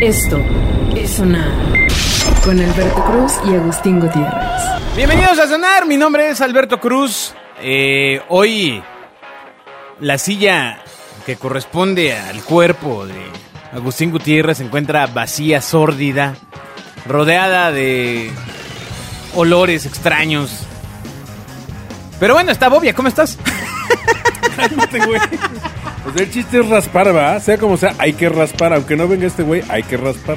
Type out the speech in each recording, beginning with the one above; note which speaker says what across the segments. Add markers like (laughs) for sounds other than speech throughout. Speaker 1: Esto es Sonar con Alberto Cruz y Agustín Gutiérrez.
Speaker 2: Bienvenidos a Sonar, mi nombre es Alberto Cruz. Eh, hoy la silla que corresponde al cuerpo de Agustín Gutiérrez se encuentra vacía, sórdida, rodeada de olores extraños. Pero bueno, está Bobia, ¿cómo estás? (laughs)
Speaker 3: Este güey. O sea, Pues el chiste es raspar, va. Sea como sea, hay que raspar. Aunque no venga este güey, hay que raspar.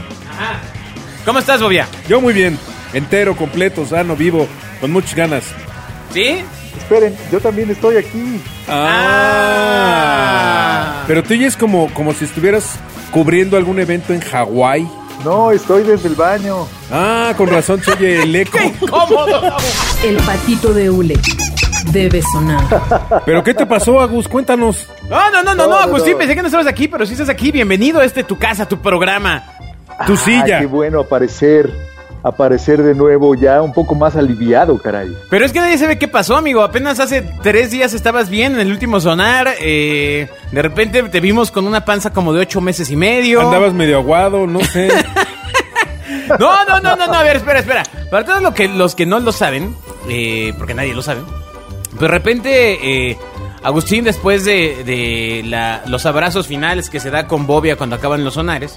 Speaker 2: ¿Cómo estás, Bobia?
Speaker 3: Yo muy bien. Entero, completo, sano, vivo, con muchas ganas.
Speaker 2: ¿Sí?
Speaker 4: Esperen, yo también estoy aquí.
Speaker 2: Ah.
Speaker 3: Pero tú ya es como, como si estuvieras cubriendo algún evento en Hawái.
Speaker 4: No, estoy desde el baño.
Speaker 3: Ah, con razón se oye el
Speaker 2: (laughs)
Speaker 3: eco.
Speaker 2: ¡Cómodo!
Speaker 1: El patito de Ule debe sonar.
Speaker 3: ¿Pero qué te pasó, Agus? Cuéntanos.
Speaker 2: No, no, no, no, no,
Speaker 4: No, no,
Speaker 2: Agustín,
Speaker 4: no.
Speaker 2: pensé que no estabas aquí, pero sí estás aquí. Bienvenido a este tu casa, tu programa.
Speaker 3: Tu
Speaker 4: Ah,
Speaker 3: silla.
Speaker 4: Qué bueno aparecer. Aparecer de nuevo ya un poco más aliviado, caray.
Speaker 2: Pero es que nadie sabe qué pasó, amigo. Apenas hace tres días estabas bien en el último sonar. eh, de repente te vimos con una panza como de ocho meses y medio.
Speaker 3: Andabas medio aguado, no sé.
Speaker 2: No, no, no, no, no. A ver, espera, espera. Para todos los que, los que no lo saben, eh, porque nadie lo sabe. De repente, eh, Agustín, después de, de la- los abrazos finales que se da con Bobia cuando acaban los sonares,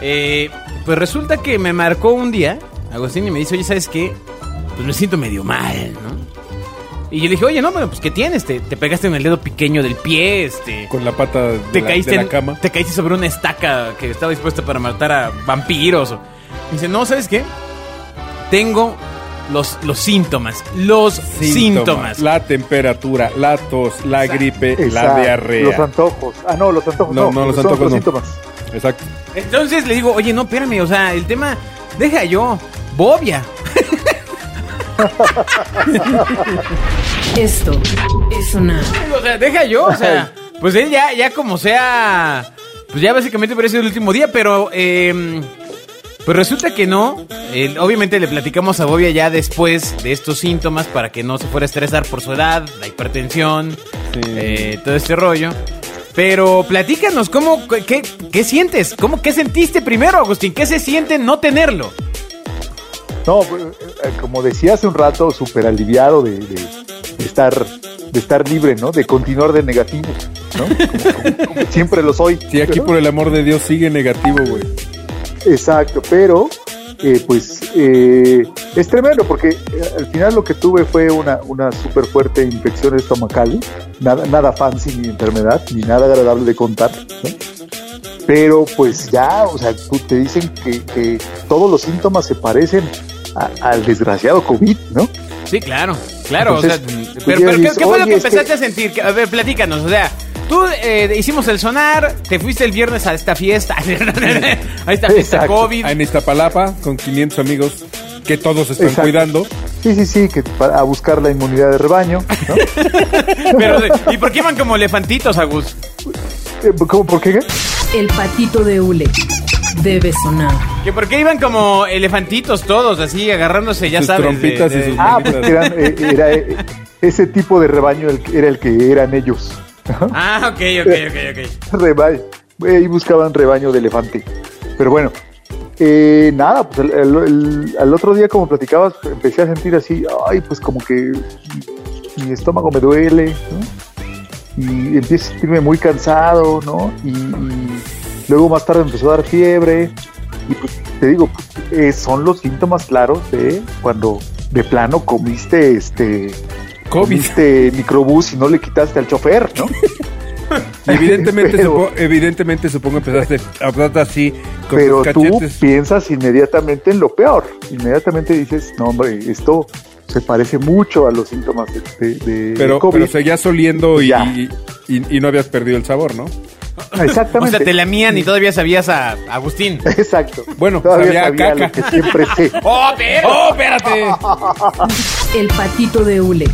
Speaker 2: eh, pues resulta que me marcó un día, Agustín, y me dice, oye, ¿sabes qué? Pues me siento medio mal, ¿no? Y yo le dije, oye, no, bueno, pues ¿qué tienes? Te, te pegaste en el dedo pequeño del pie, este...
Speaker 3: Con la pata de,
Speaker 2: Te
Speaker 3: la,
Speaker 2: caíste,
Speaker 3: de la
Speaker 2: en-
Speaker 3: cama.
Speaker 2: te caíste sobre una estaca que estaba dispuesta para matar a vampiros. o- Me dice, no, ¿sabes qué? Tengo los, los síntomas. Los síntomas.
Speaker 3: La temperatura, la tos, la
Speaker 2: Exacto.
Speaker 3: gripe, la
Speaker 4: Exacto. Los
Speaker 3: diarrea.
Speaker 4: antojos. Ah, no, los antojos
Speaker 3: No,
Speaker 4: no.
Speaker 3: no, los
Speaker 4: son
Speaker 3: antojos no.
Speaker 4: síntomas.
Speaker 3: Exacto.
Speaker 2: Entonces le digo, oye, no, espérame, o sea, el tema, deja yo, bobia.
Speaker 1: Esto es Sonar.
Speaker 2: O sea, deja yo, o sea, pues él ya, ya como sea, pues ya básicamente hubiera sido el último día, pero eh, pues resulta que no. Eh, obviamente le platicamos a Bobia ya después de estos síntomas para que no se fuera a estresar por su edad, la hipertensión,
Speaker 3: Sí.
Speaker 2: eh, todo este rollo. Pero platícanos, ¿cómo, qué- qué, qué sientes? ¿Cómo, ¿Qué sentiste primero, Agustín? ¿Qué se siente no tenerlo?
Speaker 4: No, eh, eh, como decía hace un rato, súper aliviado de, de- de estar de estar libre, ¿no? De continuar de negativo, ¿no? Como- como- como siempre lo soy.
Speaker 3: Sí, aquí
Speaker 4: ¿no?
Speaker 3: por el amor de Dios sigue negativo, güey.
Speaker 4: Exacto, pero eh, pues eh, es tremendo porque eh, al final lo que tuve fue una, una súper fuerte infección estomacal, nada, nada fancy ni enfermedad, ni nada agradable de contar, ¿no? pero pues ya, o sea, tú- te dicen que, que todos los síntomas se parecen a- al desgraciado COVID, ¿no?
Speaker 2: Sí, claro, claro.
Speaker 4: Entonces,
Speaker 2: o sea,
Speaker 4: tú
Speaker 2: pero,
Speaker 4: ya
Speaker 2: pero ¿qué-
Speaker 4: dices,
Speaker 2: ¿qué, fue lo
Speaker 4: "Oye,
Speaker 2: que
Speaker 4: es que-
Speaker 2: empezaste a sentir? Que- A ver, platícanos. O sea, tú eh, hicimos el sonar, te fuiste el viernes a esta fiesta, (laughs) a esta fiesta
Speaker 4: Exacto.
Speaker 2: COVID.
Speaker 3: En Iztapalapa, con 500 amigos que todos están
Speaker 4: Exacto.
Speaker 3: cuidando.
Speaker 4: Sí, sí, sí, que para, a buscar la inmunidad de rebaño, ¿no?
Speaker 2: Pero, ¿Y por qué iban como elefantitos, Agus?
Speaker 4: Eh, ¿Cómo, ¿Por qué?
Speaker 1: El patito de Ule debe sonar.
Speaker 2: ¿Que ¿Por qué iban como elefantitos todos, así agarrándose, ya
Speaker 3: Sus
Speaker 2: sabes?
Speaker 3: trompitas y sus-
Speaker 4: Ah, pues eran, eh, era eh, ese tipo de rebaño el, que- era el que eran ellos.
Speaker 2: Ah, ok, ok, ok, ok.
Speaker 4: (laughs) rebaño. Ahí buscaban rebaño de elefante. Pero bueno, eh, nada, pues el- el- el- al otro día, como platicabas, empecé a sentir así, ay, pues como que mi estómago me duele, ¿no? Y empiezo a sentirme muy cansado, ¿no? Y, y luego más tarde empezó a dar fiebre. Y pues te digo, pues, eh, son los síntomas claros de cuando de plano comiste este
Speaker 3: COVID.
Speaker 4: comiste microbús y no le quitaste al chofer, ¿no?
Speaker 3: Y evidentemente,
Speaker 4: (laughs) Pero-
Speaker 3: supo- evidentemente supongo empezaste a tratar así con
Speaker 4: pero
Speaker 3: tus
Speaker 4: tú
Speaker 3: cachetes.
Speaker 4: piensas inmediatamente en lo peor. Inmediatamente dices, no, hombre, esto se parece mucho a los síntomas de, de- de
Speaker 3: Pero,
Speaker 4: COVID.
Speaker 3: pero seguías oliendo y,
Speaker 4: Ya.
Speaker 3: y, y- y no habías perdido el sabor, ¿no?
Speaker 2: (laughs) O
Speaker 4: Exactamente.
Speaker 2: sea, te lamían y todavía sabías a Agustín.
Speaker 4: Exacto.
Speaker 3: Bueno,
Speaker 4: todavía
Speaker 3: sabía a
Speaker 4: sabía lo
Speaker 3: caca.
Speaker 4: que siempre
Speaker 3: (laughs)
Speaker 4: sé.
Speaker 2: ¡Oh, pero!
Speaker 3: ¡Oh, espérate!
Speaker 1: El patito de Ule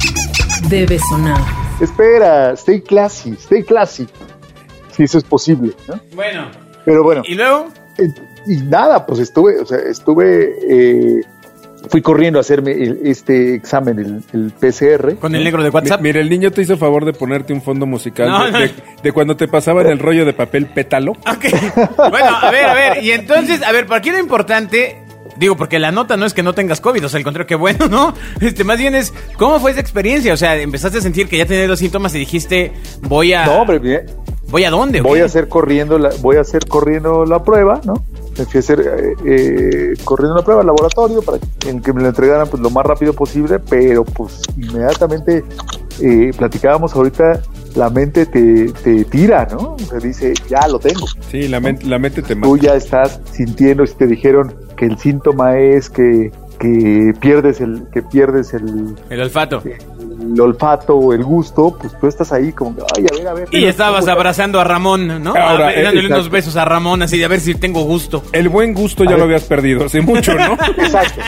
Speaker 1: debe sonar.
Speaker 4: Espera, stay classy, stay classy. Si eso es posible, ¿no?
Speaker 2: Bueno,
Speaker 4: Pero bueno.
Speaker 2: ¿y luego?
Speaker 4: Eh, y nada, pues estuve, o sea, estuve eh, fui corriendo a hacerme el- este examen, el, el PCR.
Speaker 2: Con el negro de
Speaker 3: Mi-
Speaker 2: WhatsApp.
Speaker 3: Mira, el niño te hizo favor de ponerte un fondo musical
Speaker 2: No,
Speaker 3: de,
Speaker 2: no.
Speaker 3: de- de cuando te pasaban el rollo de papel pétalo.
Speaker 2: Ok. Bueno, a ver, a ver. Y entonces, a ver, para aquí lo importante, digo, porque la nota no es que no tengas COVID, o sea, al contrario, que bueno, ¿no? Este, más bien es, ¿cómo fue esa experiencia? O sea, empezaste a sentir que ya tenías los síntomas y dijiste, voy a.
Speaker 4: No, hombre, bien.
Speaker 2: ¿Voy a dónde? o
Speaker 4: voy
Speaker 2: qué?
Speaker 4: a hacer corriendo la, voy a hacer corriendo la prueba, ¿no? Me fui a hacer eh, eh, corriendo la prueba al laboratorio para que- en que me la entregaran pues, lo más rápido posible, pero pues inmediatamente eh, platicábamos ahorita, la mente te, te tira, ¿no? Te dice, ya lo tengo.
Speaker 3: Sí, la, men- la mente te
Speaker 4: Tú
Speaker 3: mata.
Speaker 4: ya estás sintiendo, si te dijeron que el síntoma es que, que pierdes el, que pierdes el,
Speaker 2: El olfato.
Speaker 4: el olfato o el gusto, pues tú estás ahí como, ay, a ver, a ver.
Speaker 2: Y
Speaker 4: pero-
Speaker 2: estabas abrazando a Ramón, ¿no?
Speaker 3: Ahora,
Speaker 2: A ver, dándole
Speaker 3: eh,
Speaker 2: unos
Speaker 4: exacto.
Speaker 2: besos a Ramón, así de a ver si tengo gusto.
Speaker 3: El buen gusto ya
Speaker 4: A
Speaker 3: lo
Speaker 4: ver.
Speaker 3: habías perdido hace mucho,
Speaker 4: (laughs)
Speaker 3: ¿no? (laughs)
Speaker 4: Exacto.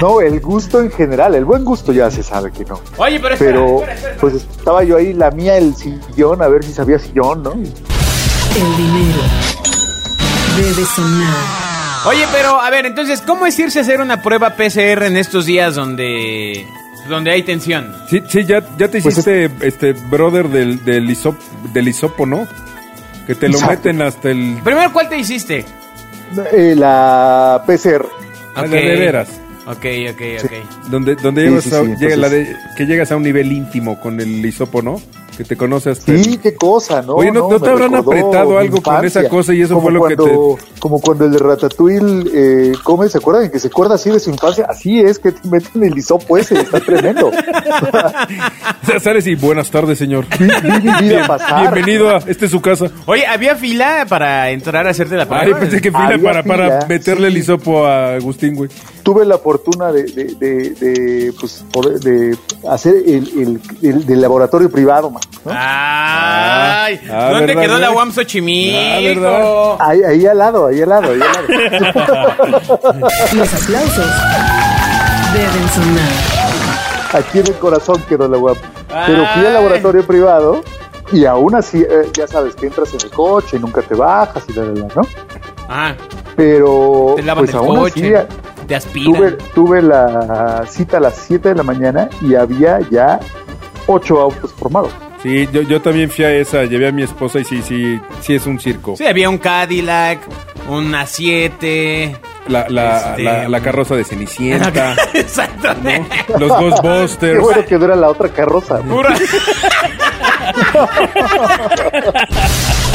Speaker 4: No, el gusto en general, el buen gusto ya se sabe que no.
Speaker 2: Oye, pero espera,
Speaker 4: Pero
Speaker 2: espera, espera.
Speaker 4: pues estaba yo ahí, lamía el sillón, a ver si sabía sillón, ¿no?
Speaker 1: El dinero debe sonar.
Speaker 2: Oye, pero a ver, entonces, ¿cómo es irse a hacer una prueba PCR en estos días donde donde hay tensión?
Speaker 3: Sí, sí, ya, ya te
Speaker 4: Pues
Speaker 3: hiciste este brother del, del, hisop- del hisopo, ¿no? Que te lo
Speaker 4: Exacto.
Speaker 3: meten hasta el...
Speaker 2: Primero, ¿cuál te hiciste?
Speaker 4: Eh, la PCR.
Speaker 3: Ah, la
Speaker 2: Ok.
Speaker 3: de veras.
Speaker 2: Ok, ok, ok.
Speaker 3: Donde, donde
Speaker 4: Sí,
Speaker 3: llegas
Speaker 4: sí,
Speaker 3: a,
Speaker 4: sí,
Speaker 3: llega
Speaker 4: entonces-
Speaker 3: la de- que llegas a un nivel íntimo con el hisopo, ¿no? Que te conoces.
Speaker 4: Sí,
Speaker 3: (laughs)
Speaker 4: qué cosa, ¿no?
Speaker 3: Oye, ¿no- no
Speaker 4: me
Speaker 3: te habrán
Speaker 4: recordó
Speaker 3: apretado
Speaker 4: mi
Speaker 3: algo con
Speaker 4: infancia.
Speaker 3: esa cosa y eso
Speaker 4: Como
Speaker 3: fue lo que te-
Speaker 4: cuando- Como cuando el de Ratatouille eh, come, ¿se acuerdan? Que se acuerda así de su infancia. Así es, que te meten el hisopo ese,
Speaker 3: (laughs)
Speaker 4: está tremendo.
Speaker 3: Sales y buenas tardes, señor.
Speaker 4: Vi, vi mi vida pasar.
Speaker 3: Bienvenido a... Este es su casa.
Speaker 2: Oye, ¿había fila para entrar a hacerte la
Speaker 3: Ay,
Speaker 2: prueba?
Speaker 3: pensé que fila
Speaker 4: Había
Speaker 3: para, para
Speaker 4: fila,
Speaker 3: meterle
Speaker 4: sí.
Speaker 3: el hisopo a Agustín, güey.
Speaker 4: tuve la fortuna de, de, de, de, pues, poder- de hacer el, el, el del laboratorio privado, man,
Speaker 2: Ah.
Speaker 4: ¿no?
Speaker 2: Ay,
Speaker 3: Ah, ah,
Speaker 2: ¿dónde
Speaker 3: ¿verdad,
Speaker 2: quedó la
Speaker 3: güey?
Speaker 2: UAM
Speaker 3: Ah, ¿verdad?
Speaker 2: Xochimilco?
Speaker 4: Ahí, ahí al lado, ahí al lado, ahí
Speaker 2: (laughs)
Speaker 4: al lado.
Speaker 1: Los aplausos deben sonar.
Speaker 4: Aquí en el corazón quedó la UAP. Pero fui
Speaker 2: Ay.
Speaker 4: al laboratorio privado y aún así, eh, ya sabes, que entras en el coche y nunca te bajas y la, la, la, ¿no?
Speaker 2: Ah,
Speaker 4: Pero
Speaker 2: te lavan
Speaker 4: pues
Speaker 2: el
Speaker 4: aún
Speaker 2: coche,
Speaker 4: así
Speaker 2: te aspiran.
Speaker 4: tuve, tuve la cita a las 7 de la mañana y había ya ocho autos formados.
Speaker 3: Sí, yo, yo también fui a esa, llevé a mi esposa y sí, sí, sí es un circo.
Speaker 2: Sí, había un Cadillac, un A7.
Speaker 3: La, la,
Speaker 2: Este,
Speaker 3: la, la carroza de Cenicienta,
Speaker 2: (laughs) Exacto.
Speaker 3: los
Speaker 4: Qué
Speaker 3: Ghostbusters.
Speaker 4: bueno que dura la otra carroza.
Speaker 3: (laughs)
Speaker 4: man.
Speaker 2: Pura-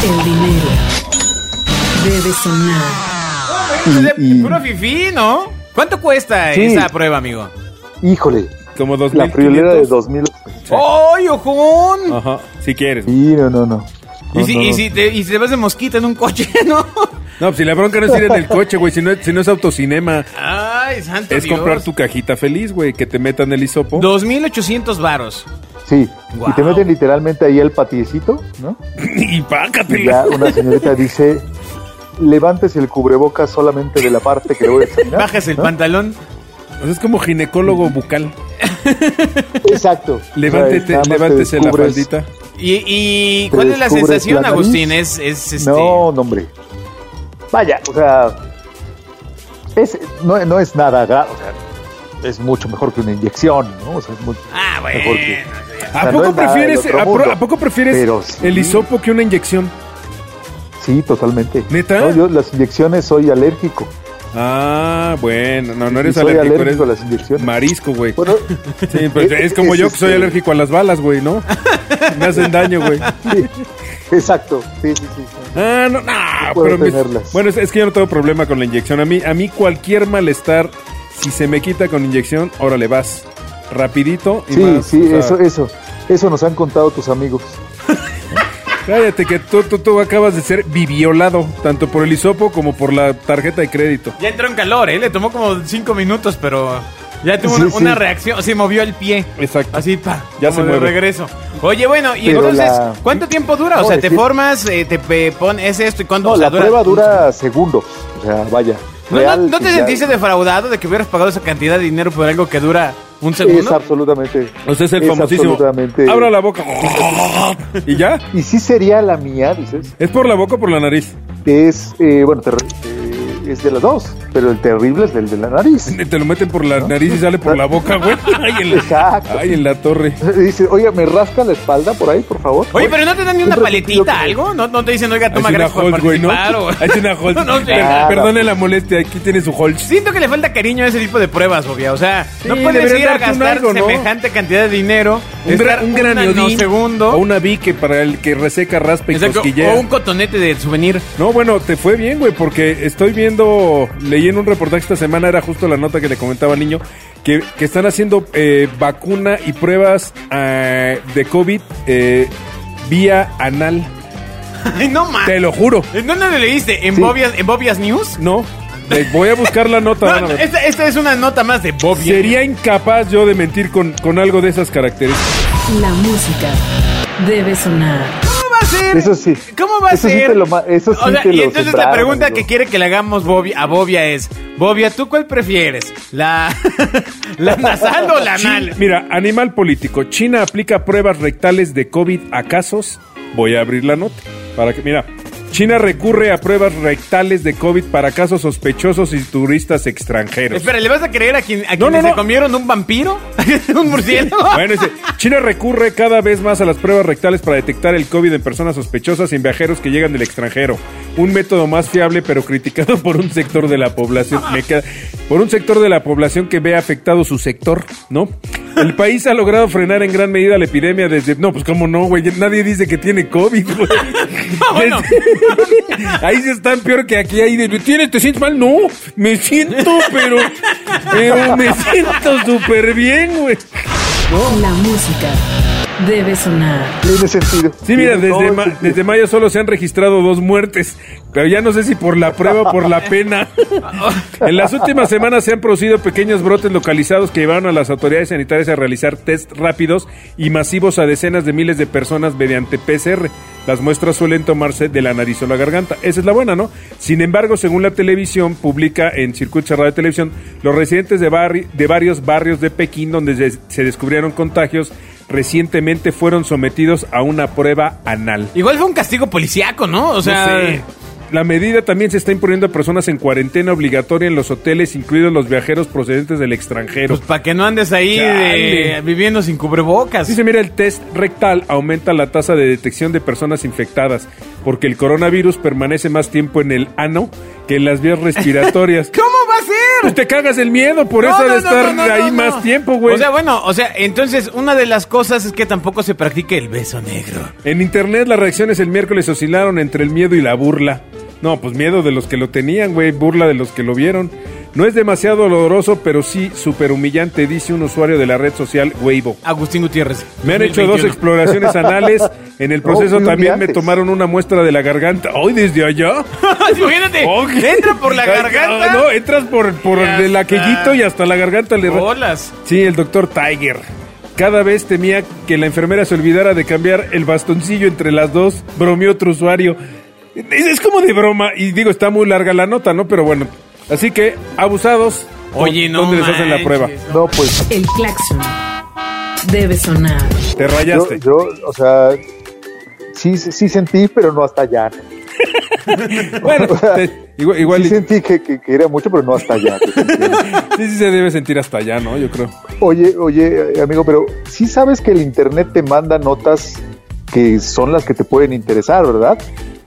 Speaker 1: El dinero debe sonar.
Speaker 4: Y- y-
Speaker 2: pues, Puro fifí, ¿no? ¿Cuánto cuesta
Speaker 4: Sí.
Speaker 2: esa prueba, amigo?
Speaker 4: Híjole,
Speaker 3: Como dos
Speaker 4: La friolera de 2000.
Speaker 2: ¡Ay, ojón!
Speaker 3: Ajá, si quieres.
Speaker 4: Sí, no, no, no.
Speaker 2: y,
Speaker 4: No,
Speaker 2: si,
Speaker 4: no,
Speaker 2: y
Speaker 4: no.
Speaker 2: si te, y si te vas de mosquita en un coche, (laughs) ¿no?
Speaker 3: No, pues si la bronca no es ir en el coche, güey, si no, es- si no es autocinema,
Speaker 2: Ay, santo
Speaker 3: es
Speaker 2: Dios.
Speaker 3: comprar tu cajita feliz, güey, que te metan el hisopo.
Speaker 2: 2.800 varos.
Speaker 4: Sí.
Speaker 2: Guau.
Speaker 4: Y te meten literalmente ahí al patiecito, ¿no?
Speaker 3: Y pácate.
Speaker 2: (laughs)
Speaker 4: Y ya una señorita dice, levantes el cubrebocas solamente de la parte que le voy a examinar.
Speaker 2: Bajas el
Speaker 4: ¿no?
Speaker 2: pantalón.
Speaker 3: O sea, es como ginecólogo bucal.
Speaker 4: Exacto. O sea,
Speaker 3: Levántete,
Speaker 4: nada más te
Speaker 3: levántese la
Speaker 4: descubres-
Speaker 3: faldita.
Speaker 2: ¿Y, y
Speaker 4: Te
Speaker 2: cuál es la
Speaker 4: descubres
Speaker 2: sensación,
Speaker 4: la nariz.
Speaker 2: Agustín? Es, es este.
Speaker 4: No, no, hombre. Vaya, o sea, es, no, no es nada grave, o sea, es mucho mejor que una inyección, ¿no? O sea, es mucho
Speaker 2: Ah, bueno.
Speaker 4: mejor que... O
Speaker 3: ¿A
Speaker 4: sea, no
Speaker 3: poco
Speaker 4: es nada del
Speaker 3: prefieres,
Speaker 4: otro
Speaker 3: a, pro-
Speaker 4: mundo.
Speaker 3: a poco prefieres
Speaker 4: Pero sí.
Speaker 3: el hisopo que una inyección?
Speaker 4: Sí, totalmente.
Speaker 3: ¿Neta?
Speaker 4: No, yo las inyecciones soy alérgico.
Speaker 3: Ah, bueno, no, no
Speaker 4: Y
Speaker 3: eres
Speaker 4: soy
Speaker 3: alérgico,
Speaker 4: alérgico
Speaker 3: eres
Speaker 4: a las inyecciones.
Speaker 3: marisco, güey.
Speaker 4: Bueno,
Speaker 3: Sí, pues,
Speaker 4: eh,
Speaker 3: es como
Speaker 4: es
Speaker 3: yo que soy
Speaker 4: este-
Speaker 3: alérgico a las balas, güey, ¿no? Me hacen daño, güey.
Speaker 4: sí, exacto. Sí, sí, sí.
Speaker 3: Ah, no, no,
Speaker 4: puedo
Speaker 3: pero mis-
Speaker 4: tenerlas.
Speaker 3: bueno, es, es que yo no tengo problema con la inyección. A mí, a mí cualquier malestar, si se me quita con inyección, órale, vas. Rapidito y
Speaker 4: Sí,
Speaker 3: más,
Speaker 4: sí,
Speaker 3: o sea,
Speaker 4: eso, eso. Eso nos han contado tus amigos.
Speaker 3: Cállate que tú, tú, tú acabas de ser viviolado, tanto por el hisopo como por la tarjeta de crédito.
Speaker 2: Ya entró en calor, ¿eh? Le tomó como 5 minutos, pero ya tuvo
Speaker 4: Sí,
Speaker 2: una,
Speaker 4: sí.
Speaker 2: una reacción. Se movió el pie.
Speaker 3: Exacto.
Speaker 2: Así, pa.
Speaker 3: Ya
Speaker 2: como de
Speaker 3: se mueve.
Speaker 2: regreso. Oye, bueno, y
Speaker 4: Pero
Speaker 2: entonces,
Speaker 4: la-
Speaker 2: ¿cuánto tiempo dura? O
Speaker 4: No,
Speaker 2: sea,
Speaker 4: es
Speaker 2: te
Speaker 4: que-
Speaker 2: formas, eh, te pe- pones esto y cuánto
Speaker 4: No,
Speaker 2: o sea,
Speaker 4: la prueba dura segundos. O sea, vaya.
Speaker 2: ¿No, no,
Speaker 4: real,
Speaker 2: no te
Speaker 4: ya-
Speaker 2: sentiste defraudado de que hubieras pagado esa cantidad de dinero por algo que dura un
Speaker 4: Es
Speaker 2: segundo?
Speaker 4: absolutamente.
Speaker 3: O sea, es el famosísimo.
Speaker 4: absolutamente-
Speaker 3: Abra la boca. ¿Y ya?
Speaker 4: Y sí sería la mía, dices.
Speaker 3: ¿Es por la boca o por la nariz? (laughs)
Speaker 4: Es, eh, bueno, te re- eh, es de las dos, pero el terrible es el de la
Speaker 3: (laughs)
Speaker 4: nariz.
Speaker 3: Te lo meten por la nariz y sale por la boca, güey. (laughs) Ay, en la,
Speaker 4: Exacto.
Speaker 3: ay, en la torre.
Speaker 4: Dice, oye, ¿me rasca la espalda por ahí, por favor?
Speaker 2: Oye, pero no te dan ni una
Speaker 4: Siempre-
Speaker 2: paletita, algo. ¿No, no te dicen, oiga,
Speaker 3: Hay
Speaker 2: toma
Speaker 3: una
Speaker 2: gracias por
Speaker 3: Holt, güey, ¿no?
Speaker 2: participar.
Speaker 3: (laughs)
Speaker 2: o-
Speaker 3: Hay una Holt.
Speaker 2: No, no sé.
Speaker 4: Ah.
Speaker 3: Perdone la molestia, aquí tiene su Holt.
Speaker 2: (laughs) Siento que le falta cariño a ese tipo de pruebas, Bobia. O sea, no
Speaker 3: Sí,
Speaker 2: puedes
Speaker 3: deberían
Speaker 2: ir a
Speaker 3: darte un
Speaker 2: gastar
Speaker 3: algo, ¿no?
Speaker 2: semejante cantidad de dinero.
Speaker 3: Un,
Speaker 2: estar
Speaker 3: gran, un gran
Speaker 2: un
Speaker 3: iodín
Speaker 2: segundo.
Speaker 3: O una bique para el que reseca, raspa y
Speaker 2: Exacto,
Speaker 3: cosquillea.
Speaker 2: o un cotonete de
Speaker 3: (laughs)
Speaker 2: souvenir.
Speaker 3: No, bueno, te fue bien, güey, porque estoy viendo, leí en un reportaje esta semana, era justo la nota que le comentaba niño, que, que están haciendo eh, vacuna y pruebas eh, de COVID eh, vía anal.
Speaker 2: Ay, no mames.
Speaker 3: Te lo juro.
Speaker 2: ¿En dónde lo leíste? ¿En,
Speaker 4: Sí.
Speaker 2: Bobias, ¿En Bobias News?
Speaker 3: No, le voy a buscar la nota. van
Speaker 2: (laughs)
Speaker 3: a
Speaker 2: No,
Speaker 3: ver.
Speaker 2: esta, esta es una nota más de Bobias.
Speaker 3: Sería incapaz yo de mentir con, con algo de esas características.
Speaker 1: La música debe sonar.
Speaker 2: ¿Cómo va a ser?
Speaker 4: Eso sí.
Speaker 2: ¿Cómo va a
Speaker 4: Eso sí
Speaker 2: ser?
Speaker 4: te lo ma- eso sí
Speaker 2: O sea,
Speaker 4: te
Speaker 2: y
Speaker 4: lo
Speaker 2: entonces la
Speaker 4: sembraron,
Speaker 2: pregunta
Speaker 4: amigo.
Speaker 2: que quiere que le hagamos Bobby, a Bobia es: Bobia, ¿tú cuál prefieres? ¿La, (laughs) la nasal o la anal?
Speaker 3: Chin- mira, animal político. China aplica pruebas rectales de COVID a casos. Voy a abrir la nota para que mira. China recurre a pruebas rectales de COVID para casos sospechosos y turistas extranjeros.
Speaker 2: Espera, ¿le vas a creer a quien a
Speaker 3: No,
Speaker 2: quienes se
Speaker 3: no, no.
Speaker 2: comieron un vampiro? (laughs) ¿Un murciélago?
Speaker 3: Bueno, dice, China recurre cada vez más a las pruebas rectales para detectar el COVID en personas sospechosas y en viajeros que llegan del extranjero. Un método más fiable, pero criticado (laughs) por un sector de la población. Me queda- por un sector de la población que ve afectado su sector, ¿no? El país ha logrado frenar en gran medida la epidemia desde. No, pues cómo no, güey. Nadie dice que tiene COVID, güey.
Speaker 2: bueno.
Speaker 3: Desde- (laughs) Ahí sí están peor que aquí. Ahí de, ¿Tienes, ¿Te sientes mal? No, me siento, pero. Pero me siento súper bien, güey.
Speaker 1: La música debe sonar.
Speaker 4: Tiene sentido.
Speaker 3: Sí, mira,
Speaker 4: Tiene
Speaker 3: desde,
Speaker 4: todo
Speaker 3: ma-
Speaker 4: el sentido.
Speaker 3: desde mayo solo se han registrado dos muertes, pero ya no sé si por la prueba o por la
Speaker 4: (laughs)
Speaker 3: pena. (laughs) en las últimas semanas se han producido pequeños brotes localizados que llevaron a las autoridades sanitarias a realizar test rápidos y masivos a decenas de miles de personas mediante PCR. Las muestras suelen tomarse de la nariz o la garganta. Esa es la buena, ¿no? Sin embargo, según la televisión, publica en Circuito Cerrado de Televisión, los residentes de, barri- de varios barrios de Pekín donde se- se descubrieron contagios recientemente fueron sometidos a una prueba anal.
Speaker 2: Igual fue un castigo policíaco, ¿no? O sea.
Speaker 3: No sé. La medida también se está imponiendo a personas en cuarentena obligatoria en los hoteles, incluidos los viajeros procedentes del extranjero.
Speaker 2: Pues para que no andes ahí de-
Speaker 3: Chale.
Speaker 2: viviendo sin cubrebocas.
Speaker 3: Dice, mira, el test rectal aumenta la tasa de detección de personas infectadas, porque el coronavirus permanece más tiempo en el ano que en las vías respiratorias.
Speaker 2: (laughs) ¿Cómo va a ser?
Speaker 3: Pues te cagas el miedo, por eso
Speaker 2: No,
Speaker 3: ha de
Speaker 2: no, no,
Speaker 3: estar
Speaker 2: no, no,
Speaker 3: ahí
Speaker 2: no,
Speaker 3: más
Speaker 2: no.
Speaker 3: tiempo, güey.
Speaker 2: O sea, bueno, o sea, entonces una de las cosas es que tampoco se practique el beso negro.
Speaker 3: En internet las reacciones el miércoles oscilaron entre el miedo y la burla. No, pues miedo de los que lo tenían, güey, burla de los que lo vieron. No es demasiado doloroso, pero sí súper humillante, dice un usuario de la red social Weibo.
Speaker 2: Agustín Gutiérrez.
Speaker 3: Me han hecho
Speaker 2: 2021.
Speaker 3: dos exploraciones anales. En el proceso
Speaker 4: Oh, muy
Speaker 3: también me
Speaker 4: humillantes.
Speaker 3: tomaron una muestra de la garganta. ¡Ay, desde allá!
Speaker 2: Imagínate,
Speaker 3: (laughs) Ok.
Speaker 2: (laughs) entra por la
Speaker 3: Ay,
Speaker 2: garganta.
Speaker 3: No, entras por, por
Speaker 2: Y
Speaker 3: el
Speaker 2: hasta-
Speaker 3: aquellito y hasta la garganta le... ra-
Speaker 2: Bolas.
Speaker 3: Sí, el doctor Tiger. Cada vez temía que la enfermera se olvidara de cambiar el bastoncillo entre las dos, bromeó otro usuario. Es, es como de broma, y digo, está muy larga la nota, ¿no? Pero bueno, así que, abusados,
Speaker 2: Oye, no.
Speaker 3: ¿dónde les hacen la
Speaker 2: manches,
Speaker 3: prueba?
Speaker 2: no.
Speaker 4: No, pues
Speaker 1: El claxon debe sonar.
Speaker 3: Te
Speaker 4: yo,
Speaker 3: rayaste.
Speaker 4: yo, o sea, sí, sí sentí, pero no hasta allá.
Speaker 3: bueno, te- igual, igual
Speaker 4: sí sentí que, que- que era mucho, pero no hasta allá.
Speaker 3: (laughs) sí, sí se debe sentir hasta allá, ¿no? Yo creo.
Speaker 4: Oye, oye, eh, amigo, pero sí sabes que el internet te manda notas que son las que te pueden interesar, ¿verdad?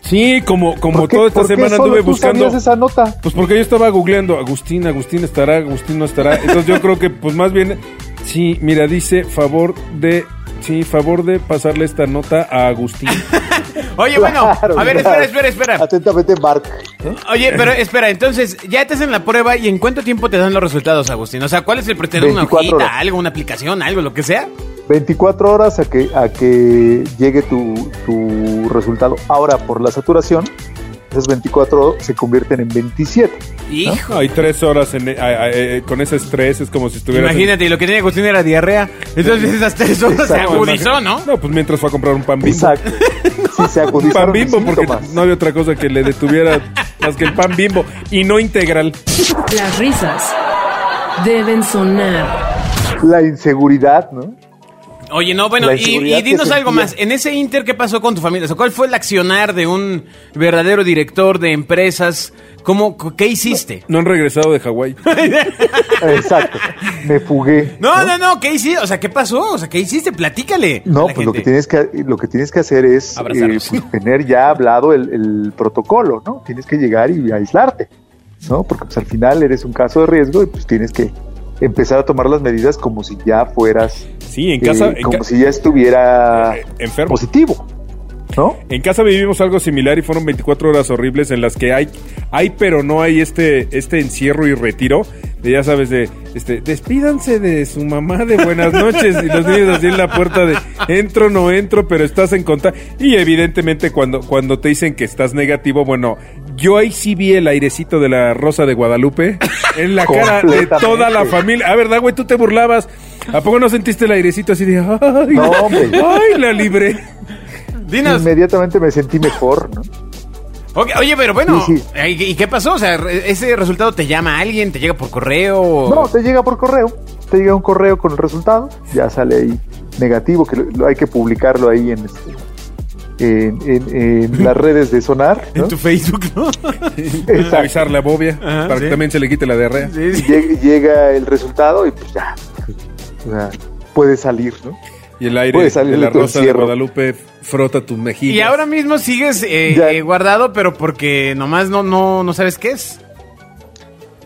Speaker 3: Sí, como, como
Speaker 4: ¿Por qué-
Speaker 3: toda esta
Speaker 4: por qué
Speaker 3: semana
Speaker 4: solo
Speaker 3: anduve
Speaker 4: tú
Speaker 3: buscando...
Speaker 4: sabías esa nota?
Speaker 3: Pues porque yo estaba googleando, Agustín, Agustín estará, Agustín no estará. Entonces yo creo que, pues más bien, sí, mira, dice favor de, sí, favor de pasarle esta nota a Agustín.
Speaker 2: Oye, bueno,
Speaker 4: Claro,
Speaker 2: a ver,
Speaker 4: claro.
Speaker 2: espera, espera, espera.
Speaker 4: Atentamente, Mark.
Speaker 2: Oye, pero espera, entonces, ya te hacen la prueba y en cuánto tiempo te dan los resultados, Agustín. O sea, ¿cuál es el pretexto? ¿Una
Speaker 4: 24
Speaker 2: hojita,
Speaker 4: horas.
Speaker 2: algo, una aplicación, algo, lo que sea?
Speaker 4: 24 horas a que, a que llegue tu, tu resultado. Ahora, por la saturación, esas 24 se convierten en 27.
Speaker 2: Hijo.
Speaker 3: Hay tres horas en- a- a- eh, con ese estrés, es como si estuvieras... en-
Speaker 2: Imagínate, y lo que tenía Agustín era diarrea. Entonces esas tres horas se
Speaker 4: Exacto.
Speaker 2: agudizó, ¿no?
Speaker 3: No, pues mientras fue a comprar un pan bimbo. (laughs)
Speaker 4: Exacto. Si se
Speaker 3: Un
Speaker 4: agudizaron
Speaker 3: pan
Speaker 4: los
Speaker 3: bimbo, porque
Speaker 4: síntomas.
Speaker 3: no había otra cosa que le detuviera
Speaker 4: (laughs)
Speaker 3: más que el pan bimbo y no integral.
Speaker 1: Las risas deben sonar.
Speaker 4: La inseguridad, ¿no?
Speaker 2: Oye, no, bueno,
Speaker 4: La
Speaker 2: y,
Speaker 4: inseguridad
Speaker 2: y dinos
Speaker 4: que
Speaker 2: algo
Speaker 4: sentía.
Speaker 2: más. En ese Inter, ¿qué pasó con tu familia? O sea, ¿Cuál fue el accionar de un verdadero director de empresas? ¿Cómo, cu- ¿Qué hiciste?
Speaker 3: No han regresado de Hawái.
Speaker 4: Exacto. Me fugué.
Speaker 2: No, no, no, ¿qué hiciste? O sea, ¿qué pasó? O sea, ¿qué hiciste? Platícale. a
Speaker 4: No,
Speaker 2: la
Speaker 4: pues lo que
Speaker 2: gente.
Speaker 4: tienes que lo que tienes que hacer es eh,
Speaker 2: Abrazarlos.
Speaker 4: pues, tener ya hablado el, el protocolo, ¿no? Tienes que llegar y aislarte, ¿no? Porque pues, al final eres un caso de riesgo y pues tienes que empezar a tomar las medidas como si ya fueras,
Speaker 3: Sí, en
Speaker 4: eh,
Speaker 3: casa. en
Speaker 4: como
Speaker 3: ca-
Speaker 4: si ya estuviera
Speaker 3: Eh, enfermo.
Speaker 4: positivo, ¿no?
Speaker 3: En casa vivimos algo similar y fueron 24 horas horribles en las que hay, hay pero no hay este, este encierro y retiro. De, ya sabes, de este, despídanse de su mamá de buenas noches. Y los niños así en la puerta de entro, no entro, pero estás en contacto. Y evidentemente cuando, cuando te dicen que estás negativo, bueno, yo ahí sí vi el airecito de la Rosa de Guadalupe en la cara de toda la
Speaker 4: Completamente.
Speaker 3: familia. A verdad, güey, tú te burlabas. ¿A poco no sentiste el airecito así de, ay,
Speaker 4: No, hombre.
Speaker 3: ay la libré?
Speaker 2: Dinos.
Speaker 4: Inmediatamente me sentí mejor, ¿no?
Speaker 2: Ok, oye, pero bueno,
Speaker 4: Sí, sí.
Speaker 2: ¿y y qué pasó? O sea, re- ¿ese resultado te llama alguien? ¿Te llega por correo? o-
Speaker 4: No, te llega por correo. Te llega un correo con el resultado. Ya sale ahí negativo, que lo- lo hay que publicarlo ahí en, este, en,
Speaker 3: (laughs)
Speaker 4: en- en las redes de Sonar. ¿no?
Speaker 2: En tu Facebook, ¿no? (laughs)
Speaker 4: Exacto.
Speaker 3: avisar la bobia
Speaker 2: Ajá,
Speaker 3: para
Speaker 2: sí.
Speaker 3: que también se le quite la diarrea.
Speaker 2: Sí, sí.
Speaker 4: Llega, llega el resultado y pues ya. O sea, puede salir, ¿no?
Speaker 3: Y el aire
Speaker 4: Puede salir
Speaker 3: de la
Speaker 4: de tu
Speaker 3: rosa de
Speaker 4: encierro.
Speaker 3: Guadalupe frota tus mejillas.
Speaker 2: Y ahora mismo sigues eh,
Speaker 4: Ya.
Speaker 2: eh, guardado, pero porque nomás no, no, no sabes qué es.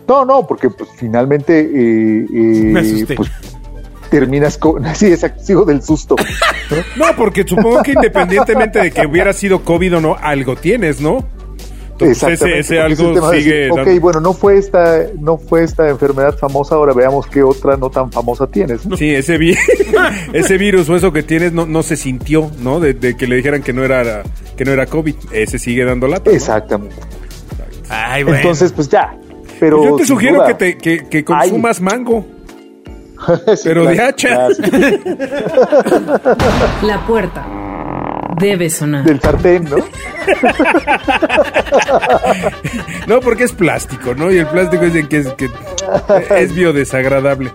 Speaker 4: No, no, porque pues finalmente. eh, eh,
Speaker 2: Me asusté.
Speaker 4: pues, terminas con. (laughs) Sí, exacto, sigo del susto. ¿no?
Speaker 3: No, porque supongo
Speaker 4: (laughs)
Speaker 3: que independientemente de que hubiera sido COVID o no, algo tienes, ¿no? (laughs) Entonces ese, ese
Speaker 4: Exactamente, porque es el tema
Speaker 3: algo
Speaker 4: de
Speaker 3: sigue
Speaker 4: decir, Ok,
Speaker 3: dando-
Speaker 4: bueno, no fue esta, no fue esta enfermedad famosa, ahora veamos qué otra no tan famosa tienes. ¿no?
Speaker 3: Sí, ese,
Speaker 4: (laughs)
Speaker 3: vi- (laughs) ese virus o eso que tienes no, no se sintió, ¿no? De, de que le dijeran que no era que no era COVID. Ese sigue dando lata. ¿no?
Speaker 4: Exactamente.
Speaker 2: Ay, bueno.
Speaker 4: Entonces, pues ya. Pero
Speaker 3: Pues yo te
Speaker 4: sin
Speaker 3: sugiero
Speaker 4: duda-
Speaker 3: que, te, que, que consumas mango,
Speaker 4: (laughs) Sí,
Speaker 3: pero de
Speaker 4: claro,
Speaker 3: hacha.
Speaker 4: claro, sí,
Speaker 1: La puerta debe sonar.
Speaker 4: del sartén, ¿no?
Speaker 3: No, porque es plástico, ¿no? Y el plástico dicen que es, que
Speaker 4: (laughs)
Speaker 3: es biodesagradable.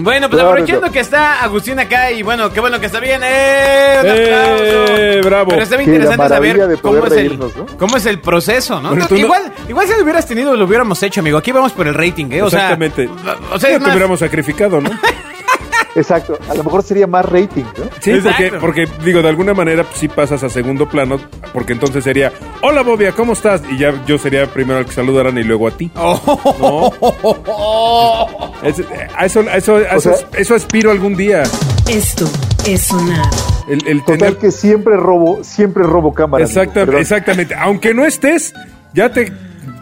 Speaker 2: Bueno, pues
Speaker 4: Claro,
Speaker 2: aprovechando
Speaker 4: yo-
Speaker 2: que está Agustín acá y bueno, qué bueno que está bien. ¡Eh! ¡Un
Speaker 3: ¡Eh,
Speaker 2: aplauso!
Speaker 3: bravo!
Speaker 2: Pero está bien
Speaker 4: Sí, la
Speaker 2: interesante saber
Speaker 4: maravilla de
Speaker 2: cómo es,
Speaker 4: poder
Speaker 2: el,
Speaker 4: reírnos, ¿no?
Speaker 2: cómo es el proceso, ¿no?
Speaker 3: Bueno,
Speaker 2: No,
Speaker 3: tú no-
Speaker 2: igual, igual si lo hubieras tenido, lo hubiéramos hecho, amigo. Aquí vamos por el rating, ¿eh? O sea,
Speaker 3: Exactamente.
Speaker 2: o sea, es
Speaker 3: ya te
Speaker 2: más-
Speaker 3: hubiéramos sacrificado,
Speaker 2: (laughs)
Speaker 3: ¿no?
Speaker 4: Exacto. A lo mejor sería más rating, ¿no?
Speaker 3: Sí, porque,
Speaker 2: Exacto.
Speaker 3: porque digo, de alguna manera pues, sí pasas a segundo plano, porque entonces sería, hola Bobia, ¿cómo estás? Y ya yo sería primero al que saludaran y luego a ti.
Speaker 2: (laughs)
Speaker 3: Es- a eso, a eso, a
Speaker 4: O
Speaker 3: eso,
Speaker 4: sea-
Speaker 3: eso aspiro algún día.
Speaker 1: Esto es sonar.
Speaker 3: El, el
Speaker 4: Total
Speaker 3: tener...
Speaker 4: que siempre robo, siempre robo cámara. amigo,
Speaker 3: Exacta-
Speaker 4: perdón.
Speaker 3: exactamente. Aunque no estés, ya te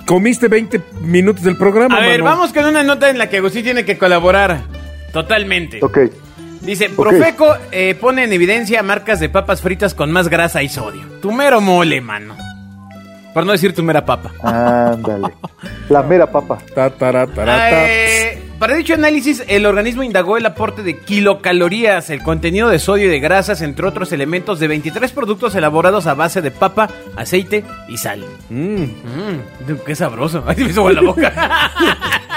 Speaker 3: comiste 20 minutos del programa.
Speaker 2: A ver,
Speaker 3: mano.
Speaker 2: vamos con una nota en la que Agustín tiene que colaborar. Totalmente.
Speaker 4: Ok.
Speaker 2: Dice, Profeco eh, pone en evidencia marcas de papas fritas con más grasa y sodio. Tu mero mole, mano. Por no decir tu mera papa.
Speaker 4: Ándale. La mera papa.
Speaker 3: Ta, tara, tara, ta.
Speaker 2: Eh, para dicho análisis, el organismo indagó el aporte de kilocalorías, el contenido de sodio y de grasas, entre otros elementos, de 23 productos elaborados a base de papa, aceite y sal.
Speaker 3: Mm.
Speaker 2: Mmm, qué sabroso. (laughs) Ay, se me hizo agua la boca.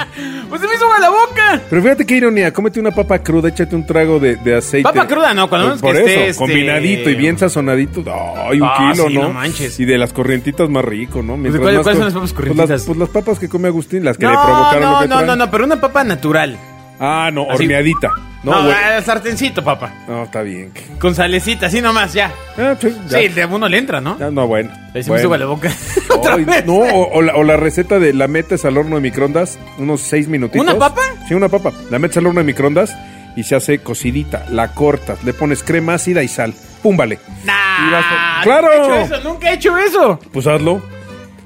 Speaker 3: (laughs)
Speaker 2: pues se me hizo agua la boca.
Speaker 3: Pero fíjate qué ironía, cómete una papa cruda, échate un trago de, de aceite.
Speaker 2: Papa cruda, no, cuando menos
Speaker 3: Por
Speaker 2: que
Speaker 3: eso,
Speaker 2: esté, este-
Speaker 3: combinadito y bien sazonadito. Ay, un
Speaker 2: Ah,
Speaker 3: kilo,
Speaker 2: sí,
Speaker 3: ¿no?
Speaker 2: no manches.
Speaker 3: Y de las corrientitas más rico, ¿no? Mientras
Speaker 2: ¿cuál-
Speaker 3: más
Speaker 2: cuáles
Speaker 3: co-
Speaker 2: son las papas
Speaker 3: pues
Speaker 2: corrientitas?
Speaker 3: las- Pues las, papas que come Agustín, las que le
Speaker 2: No,
Speaker 3: provocaron lo
Speaker 2: no,
Speaker 3: que
Speaker 2: no,
Speaker 3: traen.
Speaker 2: no, no, pero una papa natural.
Speaker 3: Ah, no,
Speaker 2: Así.
Speaker 3: horneadita. No,
Speaker 2: No, eh.
Speaker 3: güey.
Speaker 2: al sartencito, papá.
Speaker 3: No, está bien.
Speaker 2: Con salecita, así nomás, ya.
Speaker 3: Ah, sí, ya.
Speaker 2: Sí, de uno le entra, ¿no?
Speaker 3: Ya, no, bueno.
Speaker 2: Ahí se me
Speaker 3: bueno.
Speaker 2: hizo agua la boca. (laughs) Otra
Speaker 3: Ay,
Speaker 2: vez.
Speaker 3: no, o, o la, o la receta de la metes al horno de microondas, unos seis minutitos.
Speaker 2: ¿Una papa?
Speaker 3: Sí, una papa. La metes al horno de microondas y se hace cocidita, la cortas, le pones crema ácida y sal. Púmbale. Y vas
Speaker 2: Nah,
Speaker 3: por- ¡Claro!
Speaker 2: Nunca he hecho eso, nunca he hecho eso.
Speaker 3: Pues hazlo.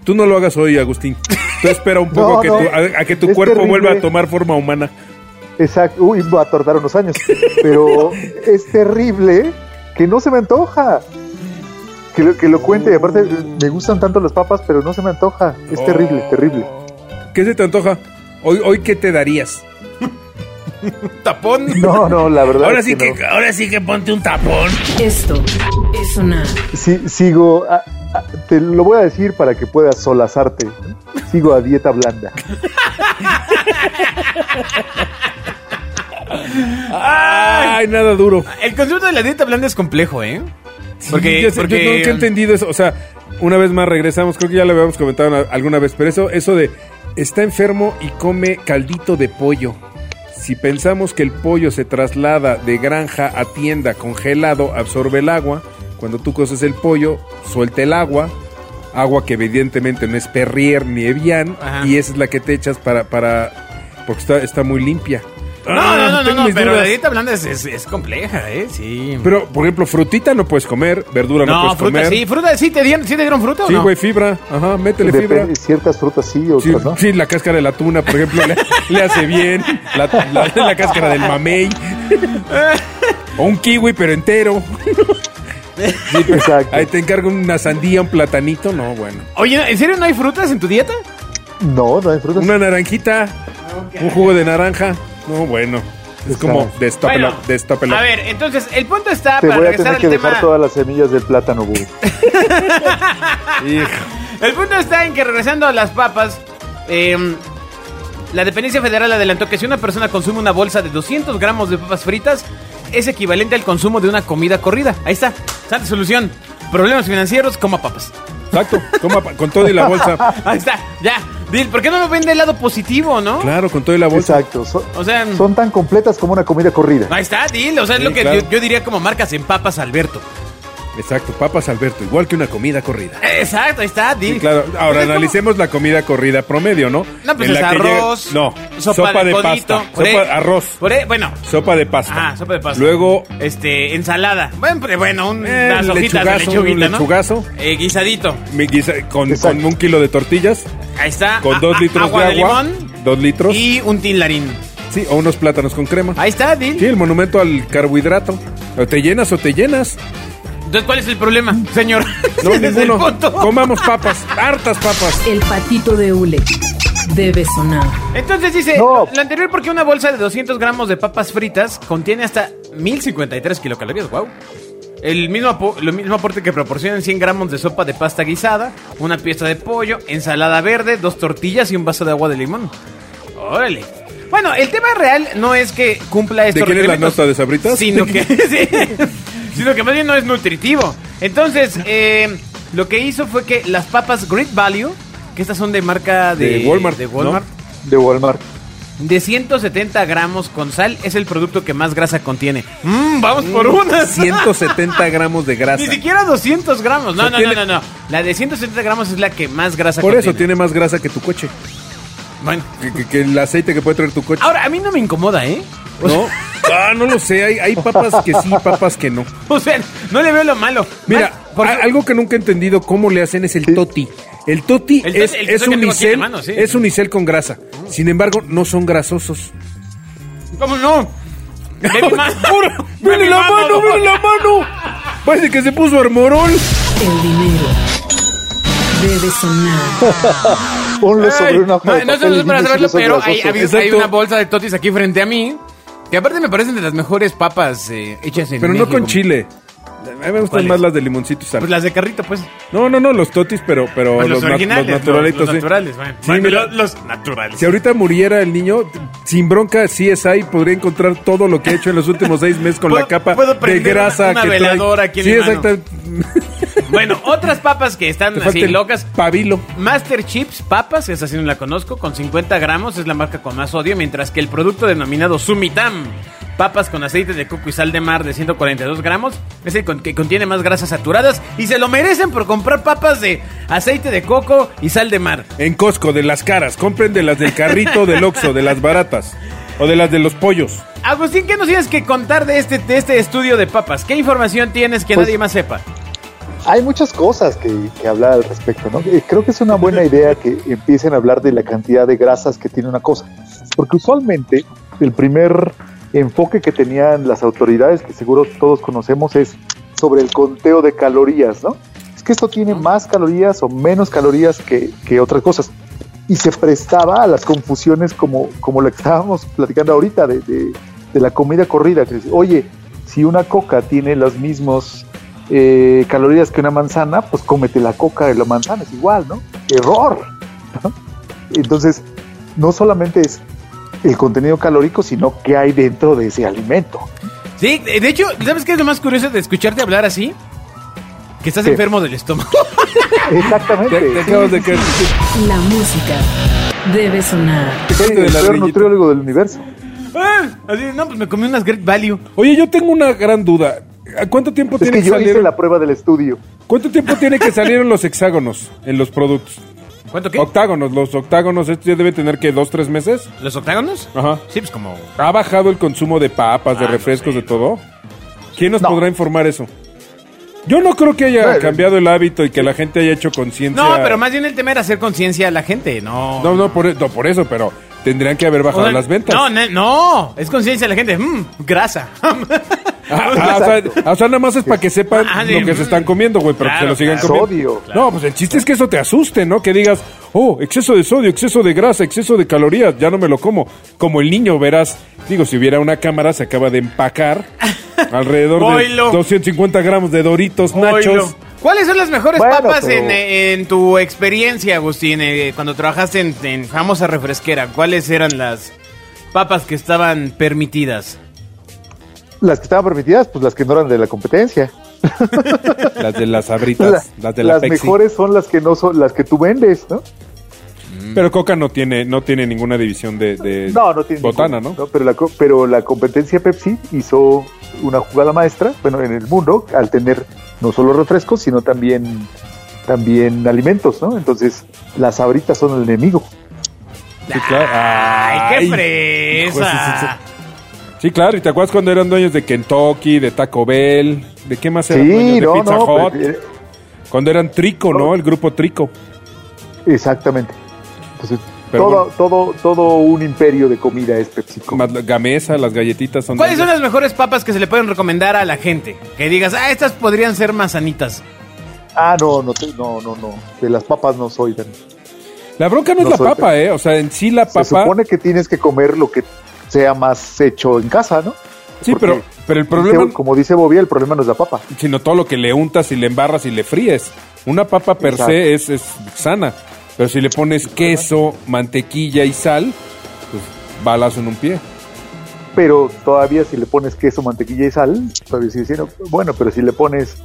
Speaker 3: Tú no lo hagas hoy, Agustín. Tú espera un poco
Speaker 4: No,
Speaker 3: que
Speaker 4: no.
Speaker 3: tu- a, a que tu
Speaker 4: Es
Speaker 3: cuerpo
Speaker 4: terrible.
Speaker 3: vuelva a tomar forma humana.
Speaker 4: Exacto. Uy, va a tardar unos años. Pero es terrible que no se me antoja. Que lo, que lo cuente. Y aparte, me gustan tanto las papas, pero no se me antoja. Es
Speaker 3: Oh.
Speaker 4: terrible, terrible.
Speaker 3: ¿Qué se te antoja? Hoy, hoy ¿qué te darías?
Speaker 2: Tapón.
Speaker 4: No, no, la verdad.
Speaker 3: Ahora
Speaker 4: es
Speaker 3: sí
Speaker 4: que
Speaker 3: que,
Speaker 4: no.
Speaker 3: ahora sí que ponte un tapón.
Speaker 1: Esto es sonar.
Speaker 4: Sí, sigo. a- a- te lo voy a decir para que puedas solazarte.
Speaker 3: (laughs)
Speaker 4: Sigo a dieta blanda.
Speaker 3: Ay, nada duro.
Speaker 2: El concepto de la dieta blanda es complejo, ¿eh?
Speaker 3: Sí, ya sé, yo nunca he
Speaker 2: um,
Speaker 3: entendido eso. O sea, una vez más regresamos, creo que ya lo habíamos comentado una- alguna vez, pero eso, eso de está enfermo y come caldito de pollo. Si pensamos que el pollo se traslada de granja a tienda congelado, absorbe el agua. Cuando tú coces el pollo, suelta el agua. Agua que evidentemente no es Perrier ni Evian.
Speaker 2: Ajá.
Speaker 3: Y esa es la que te echas para... para porque está, está muy limpia.
Speaker 2: No,
Speaker 3: Ah,
Speaker 2: no, no,
Speaker 3: tengo
Speaker 2: no, no,
Speaker 3: mis
Speaker 2: pero
Speaker 3: dudas.
Speaker 2: la dieta blanda es, es- es compleja, ¿eh? Sí.
Speaker 3: Pero, por ejemplo, frutita no puedes comer, verdura no,
Speaker 2: no,
Speaker 3: puedes
Speaker 2: fruta,
Speaker 3: comer.
Speaker 2: sí, fruta, sí, ¿te dieron, sí te dieron fruta o
Speaker 3: Sí,
Speaker 2: no?
Speaker 3: güey, fibra. Ajá, métele fibra.
Speaker 4: Depende, ciertas frutas sí,
Speaker 3: Sí,
Speaker 4: otras no.
Speaker 3: sí, la cáscara de la tuna, por ejemplo, le, le hace bien. La, la- la cáscara del mamey. O un kiwi, pero entero.
Speaker 4: Exacto.
Speaker 3: Ahí te encargo una sandía, un platanito. No, bueno.
Speaker 2: Oye, ¿en serio no hay frutas en tu dieta?
Speaker 4: No, no hay frutas.
Speaker 3: Una naranjita, un jugo de naranja. No, bueno. Es como destápela,
Speaker 2: Bueno,
Speaker 3: destápela.
Speaker 2: A ver, entonces, el punto está
Speaker 4: Te
Speaker 2: para
Speaker 4: voy a
Speaker 2: regresar
Speaker 4: tener
Speaker 2: al
Speaker 4: que dejar
Speaker 2: tema.
Speaker 4: todas las semillas del plátano, güey.
Speaker 3: Hijo.
Speaker 2: El punto está en que regresando a las papas, em, la dependencia federal adelantó que si una persona consume una bolsa de 200 gramos de papas fritas, es equivalente al consumo de una comida corrida. Ahí está, santa solución. Problemas financieros, coma papas.
Speaker 3: Exacto. Toma pa- con todo y la bolsa.
Speaker 4: (laughs)
Speaker 2: Ahí está, ya. Dil, ¿por qué no lo ven del lado positivo, no?
Speaker 3: Claro, con todo y la bolsa.
Speaker 4: Exacto. Son,
Speaker 2: O sea,
Speaker 4: son tan completas como una comida corrida.
Speaker 2: ahí está, Dil. O sea, es
Speaker 3: Sí,
Speaker 2: lo que
Speaker 3: claro.
Speaker 2: yo, yo diría como marcas en papas, Alberto.
Speaker 3: Exacto. Papas Alberto, igual que una comida corrida.
Speaker 2: Exacto, ahí está, Dil.
Speaker 3: Sí, claro. Ahora
Speaker 2: Entonces, ¿cómo?
Speaker 3: analicemos la comida corrida promedio, ¿no?
Speaker 2: pues No, pues
Speaker 3: En
Speaker 2: es
Speaker 3: la que
Speaker 2: arroz.
Speaker 3: llega- No, sopa, de,
Speaker 2: codito,
Speaker 3: pasta.
Speaker 2: por ahí.
Speaker 3: Sopa, arroz.
Speaker 2: Por ahí, bueno,
Speaker 3: Sopa de pasta.
Speaker 2: Ah, sopa de pasta.
Speaker 3: Luego,
Speaker 2: Este, ensalada. Bueno, pues, bueno un,
Speaker 3: Eh,
Speaker 2: unas hojitas de
Speaker 3: lechugazo,
Speaker 2: lechuguita,
Speaker 3: un
Speaker 2: ¿no?
Speaker 3: lechugazo.
Speaker 2: Eh, guisadito.
Speaker 3: mi guisa- con,
Speaker 4: Exacto.
Speaker 3: con un kilo de tortillas,
Speaker 2: Ahí está.
Speaker 3: con
Speaker 2: A-
Speaker 3: dos
Speaker 2: a-
Speaker 3: litros
Speaker 2: Ah, agua
Speaker 3: de agua,
Speaker 2: limón
Speaker 3: dos litros,
Speaker 2: y un tinlarín.
Speaker 3: sí, o unos plátanos con crema.
Speaker 2: Ahí está, Dil.
Speaker 3: Sí, el monumento al carbohidrato. O te llenas o te
Speaker 2: (laughs)
Speaker 3: llenas.
Speaker 2: Entonces, ¿cuál es el problema, señor?
Speaker 3: No,
Speaker 2: (laughs) Ese es el
Speaker 3: ninguno.
Speaker 2: punto.
Speaker 3: Comamos papas, hartas papas.
Speaker 1: El patito de hule debe sonar.
Speaker 2: Entonces dice,
Speaker 4: No.
Speaker 2: lo, lo anterior porque una bolsa de 200 gramos de papas fritas contiene hasta 1053 kilocalorías, wow. El mismo, apo- lo mismo aporte que proporcionan 100 gramos de sopa de pasta guisada, una pieza de pollo, ensalada verde, dos tortillas y un vaso de agua de limón. Órale. Bueno, el tema real no es que cumpla estos
Speaker 3: quién es la
Speaker 2: requerimientos,
Speaker 3: nota de Sabritas?
Speaker 2: Sino
Speaker 3: (laughs)
Speaker 2: que, (laughs) sí, sino que más bien no es nutritivo. Entonces, eh, lo que hizo fue que las papas Great Value, que estas son de marca de,
Speaker 3: De Walmart,
Speaker 2: de Walmart,
Speaker 3: ¿no?
Speaker 4: De Walmart.
Speaker 2: de 170 gramos con sal es el producto que más grasa contiene. Mm, vamos por una.
Speaker 3: 170 gramos de grasa.
Speaker 2: (laughs) Ni siquiera 200 gramos. No,
Speaker 3: O sea,
Speaker 2: no,
Speaker 3: tiene-
Speaker 2: no, no, no. La de 170 gramos es la que más grasa
Speaker 3: Por
Speaker 2: contiene.
Speaker 3: eso tiene más grasa que tu coche.
Speaker 2: Bueno.
Speaker 3: Que, que- que el aceite que puede traer tu coche.
Speaker 2: Ahora, a mí no me incomoda, ¿eh? (laughs) O
Speaker 3: No, (laughs) ah, no lo sé. Hay, hay papas que sí, papas que no.
Speaker 2: O sea, no le veo lo malo.
Speaker 3: Mira,
Speaker 2: Más- Ah, por-
Speaker 3: a- algo que nunca he entendido cómo le hacen es el
Speaker 4: Sí.
Speaker 3: toti. El toti
Speaker 2: El
Speaker 3: es,
Speaker 2: toti, el que
Speaker 3: es
Speaker 2: tengo aquí en la
Speaker 3: unicel,
Speaker 2: mano, sí.
Speaker 3: es unicel con grasa. Sin embargo, no son grasosos.
Speaker 2: ¿Cómo no? De
Speaker 3: (laughs)
Speaker 2: mi mano. De
Speaker 3: ¡Mire
Speaker 2: mi
Speaker 3: la mano, mire la mano! Parece que se puso armorol.
Speaker 1: El dinero debe sonar.
Speaker 4: Ponlo sobre una hoja
Speaker 2: No,
Speaker 4: de
Speaker 2: no
Speaker 4: papel
Speaker 2: sé
Speaker 4: y
Speaker 2: para
Speaker 4: dime si
Speaker 2: saberlo,
Speaker 4: no son
Speaker 2: pero hay,
Speaker 4: grasosos.
Speaker 2: hay- hay
Speaker 3: Exacto.
Speaker 2: una bolsa de totis aquí frente a mí. Que aparte me parecen de las mejores papas eh, hechas en
Speaker 3: Pero no
Speaker 2: México.
Speaker 3: con chile. A mí me gustan
Speaker 2: ¿Cuáles?
Speaker 3: más las de limoncito y sal.
Speaker 2: Pues las de carrito, pues.
Speaker 3: No, no, no, los totis, pero, pero
Speaker 2: Pues los,
Speaker 3: nat-
Speaker 2: originales, los
Speaker 3: naturalitos.
Speaker 2: los
Speaker 3: sí.
Speaker 2: naturales, bueno.
Speaker 3: Sí,
Speaker 2: Bueno,
Speaker 3: mira,
Speaker 2: los, los naturales.
Speaker 3: Si ahorita muriera el niño, sin bronca CSI podría encontrar todo lo que ha hecho en los últimos seis meses con la
Speaker 2: Puedo-
Speaker 3: capa
Speaker 2: puedo
Speaker 3: de
Speaker 2: prender
Speaker 3: grasa
Speaker 2: una
Speaker 3: que trae.
Speaker 2: veladora aquí en
Speaker 3: sí,
Speaker 2: mi mano.
Speaker 3: exactamente.
Speaker 2: Bueno, otras papas que están
Speaker 3: Te falta
Speaker 2: así
Speaker 3: el
Speaker 2: locas.
Speaker 3: Pabilo.
Speaker 2: Master Chips Papas, esa sí no la conozco, con 50 gramos es la marca con más sodio, mientras que el producto denominado Sumitam, papas con aceite de coco y sal de mar de 142 gramos, es el con- que contiene más grasas saturadas y se lo merecen por comprar papas de aceite de coco y sal de mar.
Speaker 3: En Costco, de las caras. Compren de las del carrito del Oxxo, de las baratas. O de las de los pollos.
Speaker 2: Agustín, ¿qué nos tienes que contar de este, de este estudio de papas? ¿Qué información tienes que
Speaker 4: Pues-
Speaker 2: nadie más sepa?
Speaker 4: Hay muchas cosas que, que hablar al respecto, ¿no? Eh, Creo que es una buena idea que empiecen a hablar de la cantidad de grasas que tiene una cosa, porque usualmente el primer enfoque que tenían las autoridades, que seguro todos conocemos, es sobre el conteo de calorías, ¿no? Es que esto tiene más calorías o menos calorías que, que otras cosas. Y se prestaba a las confusiones como, como la que estábamos platicando ahorita de, de- de la comida corrida, que dice, oye, si una coca tiene los mismos eh, calorías que una manzana, pues cómete la coca de la manzana, es igual, ¿no? Error. ¿no? Entonces, no solamente es el contenido calórico, sino qué hay dentro de
Speaker 3: (laughs)
Speaker 4: ese alimento.
Speaker 2: Sí, de hecho, ¿sabes qué es lo más curioso de escucharte hablar así? Que estás
Speaker 4: ¿Qué?
Speaker 2: enfermo del estómago.
Speaker 4: Exactamente.
Speaker 3: Te, te
Speaker 4: sí,
Speaker 3: acabas de
Speaker 4: sí,
Speaker 3: caer.
Speaker 1: La música debe sonar.
Speaker 3: Te
Speaker 4: sí,
Speaker 3: caíste
Speaker 4: el
Speaker 3: del
Speaker 4: peor
Speaker 3: ladrillito.
Speaker 4: nutriólogo del universo.
Speaker 2: Ah, así, no, pues me comí unas Great Value.
Speaker 3: Oye, yo tengo una gran duda. ¿A ¿Cuánto tiempo
Speaker 4: Es
Speaker 3: tiene
Speaker 4: que
Speaker 3: que
Speaker 4: yo hice
Speaker 3: salir?
Speaker 4: la prueba del estudio.
Speaker 3: ¿Cuánto tiempo tiene que salir en los hexágonos, en los productos?
Speaker 2: ¿Cuánto qué?
Speaker 3: Octágonos, los octágonos, esto ya debe tener que dos, tres meses.
Speaker 2: ¿Los octágonos?
Speaker 3: Ajá.
Speaker 2: Sí, pues como...
Speaker 3: ¿Ha bajado el consumo de papas, de
Speaker 2: Ah, no
Speaker 3: refrescos,
Speaker 2: sé.
Speaker 3: de todo? ¿Quién nos
Speaker 4: No.
Speaker 3: podrá informar eso? Yo no creo que haya
Speaker 4: Bueno.
Speaker 3: cambiado el hábito y que la gente haya hecho conciencia.
Speaker 2: No, pero más bien el tema era hacer conciencia a la gente, no...
Speaker 3: No, no por, e- no, por eso, pero tendrían que haber
Speaker 2: O sea,
Speaker 3: bajado las ventas.
Speaker 2: No, ne- no, es conciencia de la gente. Mm, grasa. (laughs)
Speaker 3: Ah, ah, o, sea, o sea, nada más es para que sepan
Speaker 2: Ah, sí.
Speaker 3: lo que se están comiendo, güey, pero que
Speaker 2: Claro,
Speaker 3: se lo sigan
Speaker 2: claro.
Speaker 3: comiendo.
Speaker 4: Sodio.
Speaker 3: No, pues el chiste es que eso te asuste, ¿no? Que digas, oh, exceso de sodio, exceso de grasa, exceso de calorías, ya no me lo como. Como el niño, verás, digo, si hubiera una cámara, se acaba de
Speaker 2: (laughs)
Speaker 3: empacar alrededor de
Speaker 2: Oilo.
Speaker 3: 250 gramos de doritos nachos.
Speaker 2: Oilo. ¿Cuáles son las mejores
Speaker 4: Bueno,
Speaker 2: papas
Speaker 4: pero-
Speaker 2: en, eh, en tu experiencia, Agustín? eh, cuando trabajaste en, en famosa refresquera, ¿cuáles eran las papas que estaban permitidas?
Speaker 4: Las que estaban permitidas, pues las que no eran de la competencia.
Speaker 3: Las de las abritas,
Speaker 4: La-
Speaker 3: las de la
Speaker 4: las
Speaker 3: Pepsi.
Speaker 4: mejores son las que no son las que tú vendes, ¿no?
Speaker 3: Pero Coca no tiene, no tiene ninguna división de, de
Speaker 4: No, no tiene
Speaker 3: botana,
Speaker 4: ninguna,
Speaker 3: ¿no?
Speaker 4: Pero la, co- pero la competencia Pepsi hizo una jugada maestra, bueno, en el mundo, al tener no solo refrescos, sino también, también alimentos, ¿no? Entonces, las abritas son el enemigo.
Speaker 3: Sí, claro.
Speaker 2: ¡Ay, qué
Speaker 3: hijo, sí, sí,
Speaker 2: fresa!
Speaker 3: Sí, claro, y te acuerdas cuando eran dueños de Kentucky, de Taco Bell, de qué más eran dueños
Speaker 4: Sí,
Speaker 3: de
Speaker 4: no,
Speaker 3: Pizza
Speaker 4: no,
Speaker 3: Hut,
Speaker 4: pues, eh,
Speaker 3: cuando eran Trico, ¿no? El grupo Trico.
Speaker 4: exactamente. Entonces,
Speaker 3: Pero
Speaker 4: todo,
Speaker 3: bueno.
Speaker 4: todo, todo un imperio de comida es PepsiCo.
Speaker 3: Más la- Gamesa, las galletitas son.
Speaker 2: ¿Cuáles
Speaker 3: de
Speaker 2: son
Speaker 3: ellos.
Speaker 2: las mejores papas que se le pueden recomendar a la gente? Que digas, ah, estas podrían ser manzanitas.
Speaker 4: Ah, no, no, te- no, no, no. De las papas no soy, Dani.
Speaker 3: La bronca no,
Speaker 4: No
Speaker 3: es la
Speaker 4: soy-
Speaker 3: papa, ¿eh? O sea, en sí la
Speaker 4: Se
Speaker 3: papa.
Speaker 4: supone que tienes que comer lo que sea más hecho en casa, ¿no?
Speaker 3: sí,
Speaker 4: porque-
Speaker 3: pero, pero el
Speaker 4: Dice-
Speaker 3: problema,
Speaker 4: como dice Bobia, el problema no es la papa.
Speaker 3: sino todo lo que le untas y le embarras y le fríes. Una papa per se es, es sana, pero si le pones queso, mantequilla y sal, pues balazo en un pie.
Speaker 4: Pero todavía si le pones queso, mantequilla y sal, todavía sigue siendo bueno, pero si le pones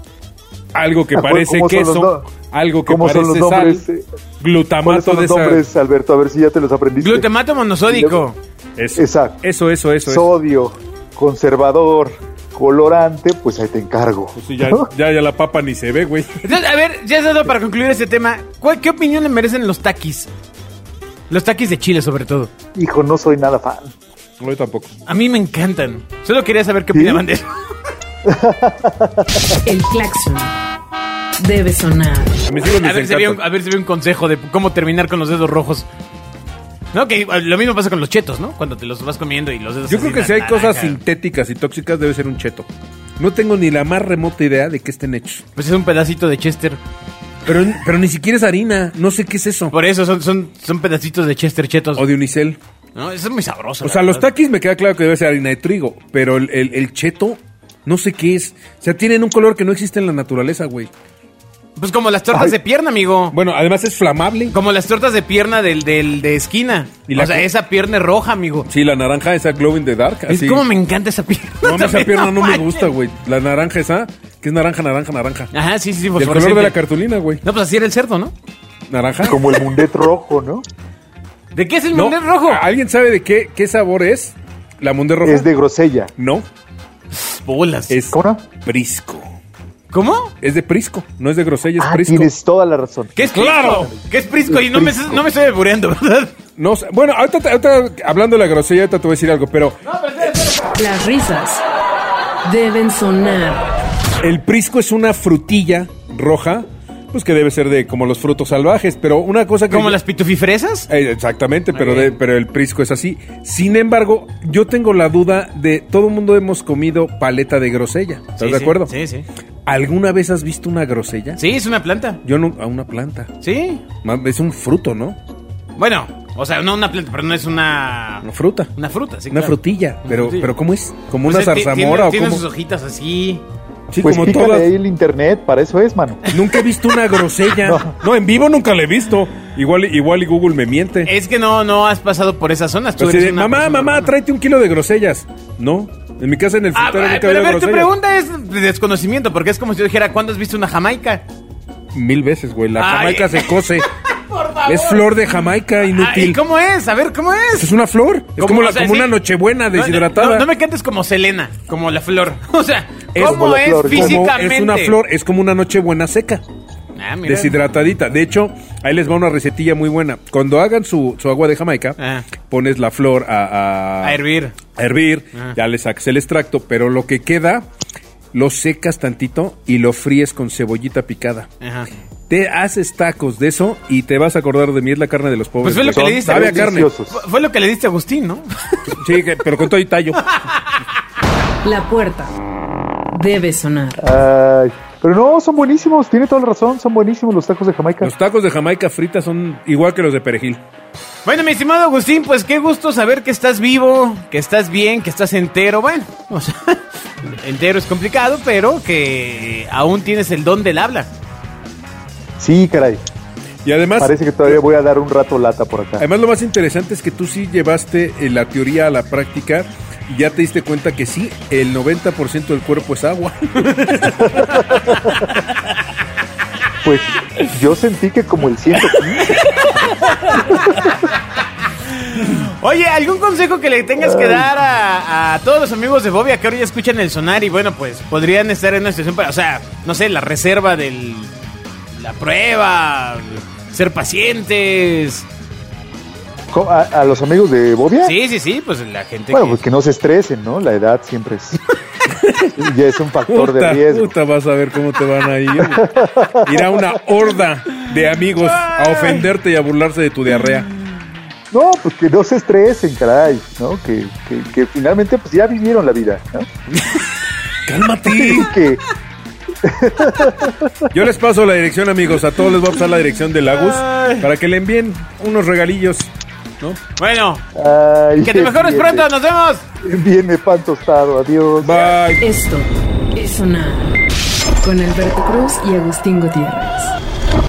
Speaker 3: Algo que
Speaker 4: Acuérdate
Speaker 3: parece
Speaker 4: (laughs) cómo son los
Speaker 3: queso,
Speaker 4: no-
Speaker 3: algo que
Speaker 4: cómo son
Speaker 3: parece
Speaker 4: los
Speaker 3: sal,
Speaker 4: nombres, eh, ¿cuáles
Speaker 3: glutamato
Speaker 4: son
Speaker 3: de
Speaker 4: los
Speaker 3: sal.
Speaker 4: nombres, Alberto? A ver si ya te los aprendiste.
Speaker 2: Glutamato monosódico.
Speaker 3: Eso.
Speaker 4: Exacto.
Speaker 3: Eso, eso, eso. eso.
Speaker 4: Sodio, conservador, colorante, pues ahí te encargo.
Speaker 3: Pues sí, ya,
Speaker 4: ¿no?
Speaker 3: ya, ya la papa ni se ve, güey.
Speaker 2: Entonces, a ver, ya es dado para concluir este tema. ¿Cuál- ¿Qué opinión le merecen los taquis? Los taquis de Chile, sobre todo.
Speaker 4: Hijo, no soy nada fan.
Speaker 3: No, yo tampoco.
Speaker 2: A mí me encantan. Solo quería saber qué opinaban de eso.
Speaker 1: El claxon debe sonar.
Speaker 3: A mis hijos
Speaker 2: A
Speaker 3: les
Speaker 2: ver, si había un,
Speaker 3: encantan.
Speaker 2: a ver si había un consejo de cómo terminar con los dedos rojos. No, que igual, lo mismo pasa con los chetos, ¿no? Cuando te los vas comiendo y los dedos.
Speaker 3: Yo
Speaker 2: así,
Speaker 3: creo que
Speaker 2: na-
Speaker 3: si hay
Speaker 2: naranja.
Speaker 3: cosas sintéticas y tóxicas, debe ser un cheto. No tengo ni la más remota idea de qué estén hechos.
Speaker 2: Pues es un pedacito de Chester.
Speaker 3: Pero, pero ni siquiera es harina. No sé qué es eso.
Speaker 2: Por eso son, son, son pedacitos de Chester chetos.
Speaker 3: O de unicel.
Speaker 2: pues, ¿no? Eso es muy sabroso.
Speaker 3: O
Speaker 2: la
Speaker 3: sea, los
Speaker 2: verdad.
Speaker 3: taquis me queda claro que debe ser harina de trigo. Pero el, el- el cheto, no sé qué es. O sea, tienen un color que no existe en la naturaleza, güey.
Speaker 2: Pues como las tortas
Speaker 4: Ay.
Speaker 2: de pierna, amigo.
Speaker 3: Bueno, además es flamable.
Speaker 2: Como las tortas de pierna del, del de esquina.
Speaker 3: Y la
Speaker 2: o sea,
Speaker 3: co-
Speaker 2: esa pierna es roja, amigo.
Speaker 3: Sí, la naranja esa glow in the dark.
Speaker 2: Es
Speaker 3: Así.
Speaker 2: como me encanta esa pierna. (laughs)
Speaker 3: No, a mí esa
Speaker 2: también,
Speaker 3: pierna no me
Speaker 2: manches.
Speaker 3: gusta, güey. La naranja esa, que es naranja, naranja, naranja.
Speaker 2: Ajá, sí, sí, pues, sí.
Speaker 3: Y el color de la cartulina, güey.
Speaker 2: No, pues así era el cerdo, ¿no?
Speaker 3: Naranja.
Speaker 4: Como el mundet rojo, ¿no?
Speaker 2: ¿De qué es el
Speaker 3: No.
Speaker 2: mundet rojo?
Speaker 3: ¿Alguien sabe de qué, qué sabor es la mundet roja?
Speaker 4: Es de grosella.
Speaker 3: No,
Speaker 2: Bolas.
Speaker 3: es
Speaker 4: ¿Cómo no?
Speaker 3: prisco.
Speaker 2: ¿Cómo?
Speaker 3: Es de prisco, no es de grosella, es
Speaker 4: Ah,
Speaker 3: prisco.
Speaker 4: tienes toda la razón.
Speaker 2: ¿Qué es
Speaker 3: ¡Claro!
Speaker 2: Prisco? ¿Qué es Prisco? Y no me, no me estoy debureando, (laughs) ¿verdad?
Speaker 3: No, sé- bueno, ahorita, te- ahorita, hablando de la grosella, ahorita te voy a decir algo, pero
Speaker 1: Las risas deben sonar.
Speaker 3: el prisco es una frutilla roja, pues que debe ser de como los frutos salvajes, pero una cosa que...
Speaker 2: ¿Como las pitufifresas?
Speaker 3: Eh, Exactamente, pero,
Speaker 2: bien.
Speaker 3: de- pero el prisco es así. Sin embargo, yo tengo la duda de todo el mundo hemos comido paleta de grosella. ¿Estás
Speaker 2: Sí,
Speaker 3: de
Speaker 2: sí,
Speaker 3: acuerdo?
Speaker 2: Sí, sí.
Speaker 3: ¿Alguna vez has visto una grosella?
Speaker 2: Sí, es una planta.
Speaker 3: Yo no, a una planta.
Speaker 2: Sí.
Speaker 3: Ma- Es un fruto, ¿no?
Speaker 2: Bueno, o sea, no una planta, pero no es una...
Speaker 3: Una fruta.
Speaker 2: Una fruta, sí.
Speaker 3: una
Speaker 2: claro.
Speaker 3: frutilla.
Speaker 2: Una
Speaker 3: Pero,
Speaker 2: frutilla.
Speaker 3: pero ¿cómo es? ¿Como
Speaker 2: Pues
Speaker 3: una
Speaker 2: es- ti-
Speaker 3: zarzamora
Speaker 2: tiene-
Speaker 3: o
Speaker 2: Tiene
Speaker 3: cómo?
Speaker 2: sus hojitas así.
Speaker 3: Sí,
Speaker 4: pues
Speaker 3: como
Speaker 4: pícale
Speaker 3: todas.
Speaker 4: ahí el internet, para eso es, mano.
Speaker 3: Nunca he visto una grosella. No.
Speaker 4: (laughs) No.
Speaker 3: en vivo nunca la he visto. Igual, igual y Google me miente.
Speaker 2: Es que no, no has pasado por esas zonas. Eh, Tú
Speaker 3: Así
Speaker 2: eres
Speaker 3: de,
Speaker 2: una
Speaker 3: mamá,
Speaker 2: persona
Speaker 3: mamá,
Speaker 2: normal".
Speaker 3: tráete un kilo de grosellas. No, en mi casa en el
Speaker 2: Ah,
Speaker 3: futuro nunca
Speaker 2: pero a
Speaker 3: había
Speaker 2: ver, tu
Speaker 3: grosellas.
Speaker 2: pregunta es de desconocimiento, porque es como si yo dijera, ¿cuándo has visto una Jamaica?
Speaker 3: Mil veces, güey. La
Speaker 2: Ay.
Speaker 3: Jamaica
Speaker 2: (laughs)
Speaker 3: se cose.
Speaker 2: Por favor.
Speaker 3: es flor de Jamaica,
Speaker 2: Ah, ¿Y
Speaker 3: inútil.
Speaker 2: cómo es? A ver, ¿cómo es?
Speaker 3: es una flor. Es como, la,
Speaker 2: o sea,
Speaker 3: como
Speaker 2: sí.
Speaker 3: una nochebuena
Speaker 2: No, no,
Speaker 3: deshidratada.
Speaker 2: No, no me cantes como Selena, como la flor. (laughs) O sea,
Speaker 3: Es
Speaker 2: ¿cómo
Speaker 4: como la
Speaker 2: es,
Speaker 4: flor, como-
Speaker 3: Como
Speaker 2: físicamente?
Speaker 3: es una flor, es como una nochebuena seca.
Speaker 2: Ah, mira.
Speaker 3: deshidratadita. De hecho, ahí les va una recetilla muy buena. Cuando hagan su, su agua de Jamaica,
Speaker 2: Ah.
Speaker 3: pones la flor a,
Speaker 2: A hervir.
Speaker 3: a hervir,
Speaker 2: Ah.
Speaker 3: ya le sacas el extracto, pero lo que queda lo secas tantito y lo fríes con cebollita picada.
Speaker 2: Ajá.
Speaker 3: Te haces tacos de eso y te vas a acordar de mí, es la carne de los
Speaker 2: Pues
Speaker 3: pobres.
Speaker 2: fue lo que
Speaker 3: güey.
Speaker 2: le diste.
Speaker 3: Sabe a carne.
Speaker 4: Deliciosos.
Speaker 2: Fue- Fue lo que le diste a Agustín, ¿no?
Speaker 3: Sí, que- pero con todo y
Speaker 4: (laughs)
Speaker 3: tallo.
Speaker 1: La puerta debe sonar.
Speaker 4: Ay, pero no, son buenísimos, tiene toda la razón, son buenísimos los tacos de Jamaica.
Speaker 3: Los tacos de Jamaica fritas son igual que los de perejil.
Speaker 2: Bueno, mi estimado Agustín, pues qué gusto saber que estás vivo, que estás bien, que estás entero. Bueno, (laughs) o sea, entero es complicado, pero que aún tienes el don del habla.
Speaker 4: Sí, caray.
Speaker 3: Y además,
Speaker 4: Parece que todavía voy a dar un rato lata por acá.
Speaker 3: Además, lo más interesante es que tú sí llevaste eh, la teoría a la práctica y ya te diste cuenta que sí, el 90% del cuerpo es agua. (laughs)
Speaker 4: Pues yo sentí que como el 115.
Speaker 2: Oye, ¿algún consejo que le tengas que dar a, a todos los amigos de Bobia que ahora ya escuchan el sonar y bueno, pues podrían estar en una situación para, o sea, no sé, la reserva del... la prueba, ser pacientes.
Speaker 4: ¿Cómo? ¿A, a los amigos de Bobia?
Speaker 2: Sí, sí, sí, pues la gente...
Speaker 4: Bueno,
Speaker 2: que-
Speaker 4: pues que no se estresen, ¿no? La edad
Speaker 2: (laughs)
Speaker 4: siempre es. ya es un factor de riesgo.
Speaker 3: puta, vas a ver cómo te van a ir. güey. Irá una horda de amigos a ofenderte y a burlarse de tu diarrea.
Speaker 4: No, pues que no se estresen, caray, ¿no? Que, que, que finalmente pues ya vivieron la vida, ¿no? (laughs)
Speaker 3: ¡Cálmate!
Speaker 4: Que,
Speaker 3: Yo les paso la dirección, amigos. A todos les voy a pasar la dirección de Lagus para que le envíen unos regalillos. ¿no?
Speaker 2: Bueno,
Speaker 4: ay,
Speaker 2: (laughs) que te mejores
Speaker 4: bien,
Speaker 2: pronto, nos vemos.
Speaker 4: Viene pan tostado, adiós.
Speaker 3: Bye.
Speaker 1: Esto es sonar. Con Alberto Cruz y Agustín Gutiérrez.